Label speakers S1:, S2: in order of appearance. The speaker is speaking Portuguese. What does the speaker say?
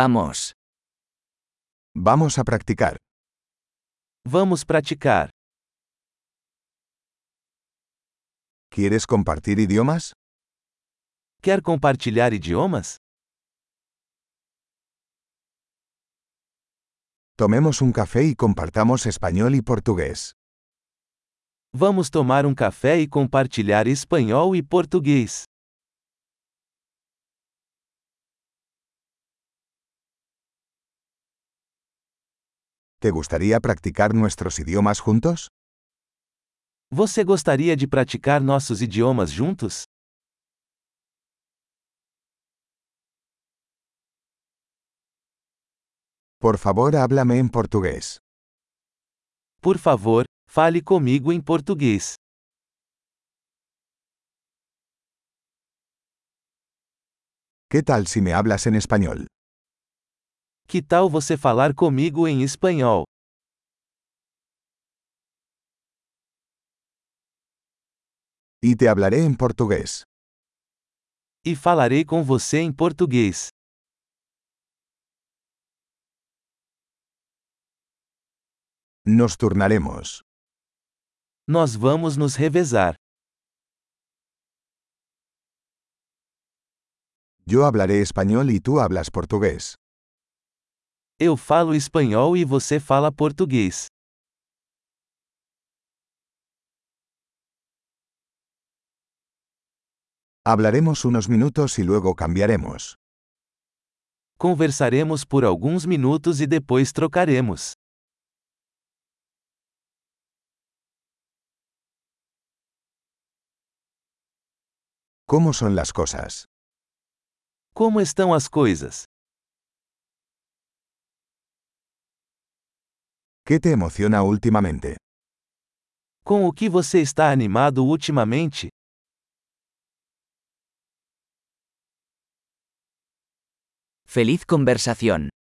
S1: Vamos.
S2: Vamos a practicar.
S1: Vamos praticar.
S2: ¿Quieres compartir idiomas?
S1: Quer compartilhar idiomas?
S2: Tomemos un café y compartamos español y portugués.
S1: Vamos tomar um café e compartilhar espanhol e português.
S2: ¿Te gustaría practicar nuestros idiomas juntos?
S1: Você gostaria de praticar nossos idiomas juntos?
S2: Por favor, háblame en portugués.
S1: Por favor, fale comigo em português.
S2: ¿Qué tal si me hablas en español?
S1: Que tal você falar comigo em espanhol?
S2: Y te hablaré en portugués.
S1: E falarei com você em português.
S2: Nos turnaremos.
S1: Nós vamos nos revezar.
S2: Yo hablaré español y tú hablas portugués.
S1: Eu falo espanhol e você fala português.
S2: Hablaremos unos minutos y luego cambiaremos.
S1: Conversaremos por alguns minutos e depois trocaremos.
S2: ¿Cómo son las cosas?
S1: Como estão as coisas?
S2: ¿Qué te emociona últimamente?
S1: Com o que você está animado ultimamente?
S3: Feliz conversación.